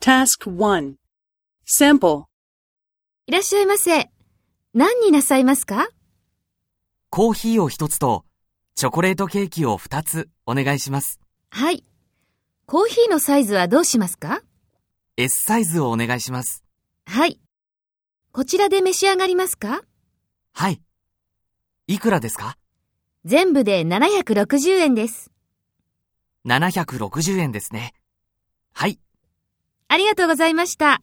Task 1 Sample いらっしゃいませ。何になさいますかコーヒーを一つと、チョコレートケーキを二つお願いします。はい。コーヒーのサイズはどうしますか S サイズをお願いします。はい。こちらで召し上がりますかはい。いくらですか全部で760円です。 ?760 円ですね。はい。ありがとうございました。